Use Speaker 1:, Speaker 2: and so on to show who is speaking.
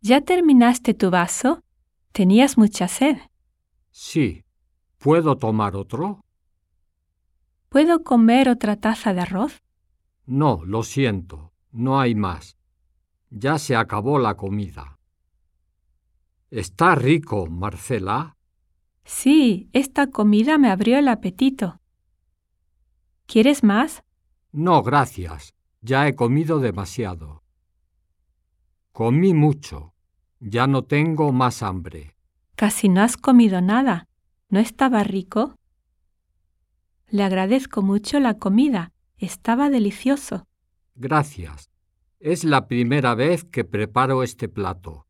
Speaker 1: ¿Ya terminaste tu vaso? Tenías mucha sed.
Speaker 2: Sí. ¿Puedo tomar otro?
Speaker 1: ¿Puedo comer otra taza de arroz?
Speaker 2: No, lo siento. No hay más. Ya se acabó la comida. Está rico, Marcela.
Speaker 1: Sí, esta comida me abrió el apetito. ¿Quieres más?
Speaker 2: No, gracias. Ya he comido demasiado. Comí mucho. Ya no tengo más hambre.
Speaker 1: Casi no has comido nada. ¿No estaba rico? Le agradezco mucho la comida. Estaba delicioso.
Speaker 2: Gracias. Es la primera vez que preparo este plato.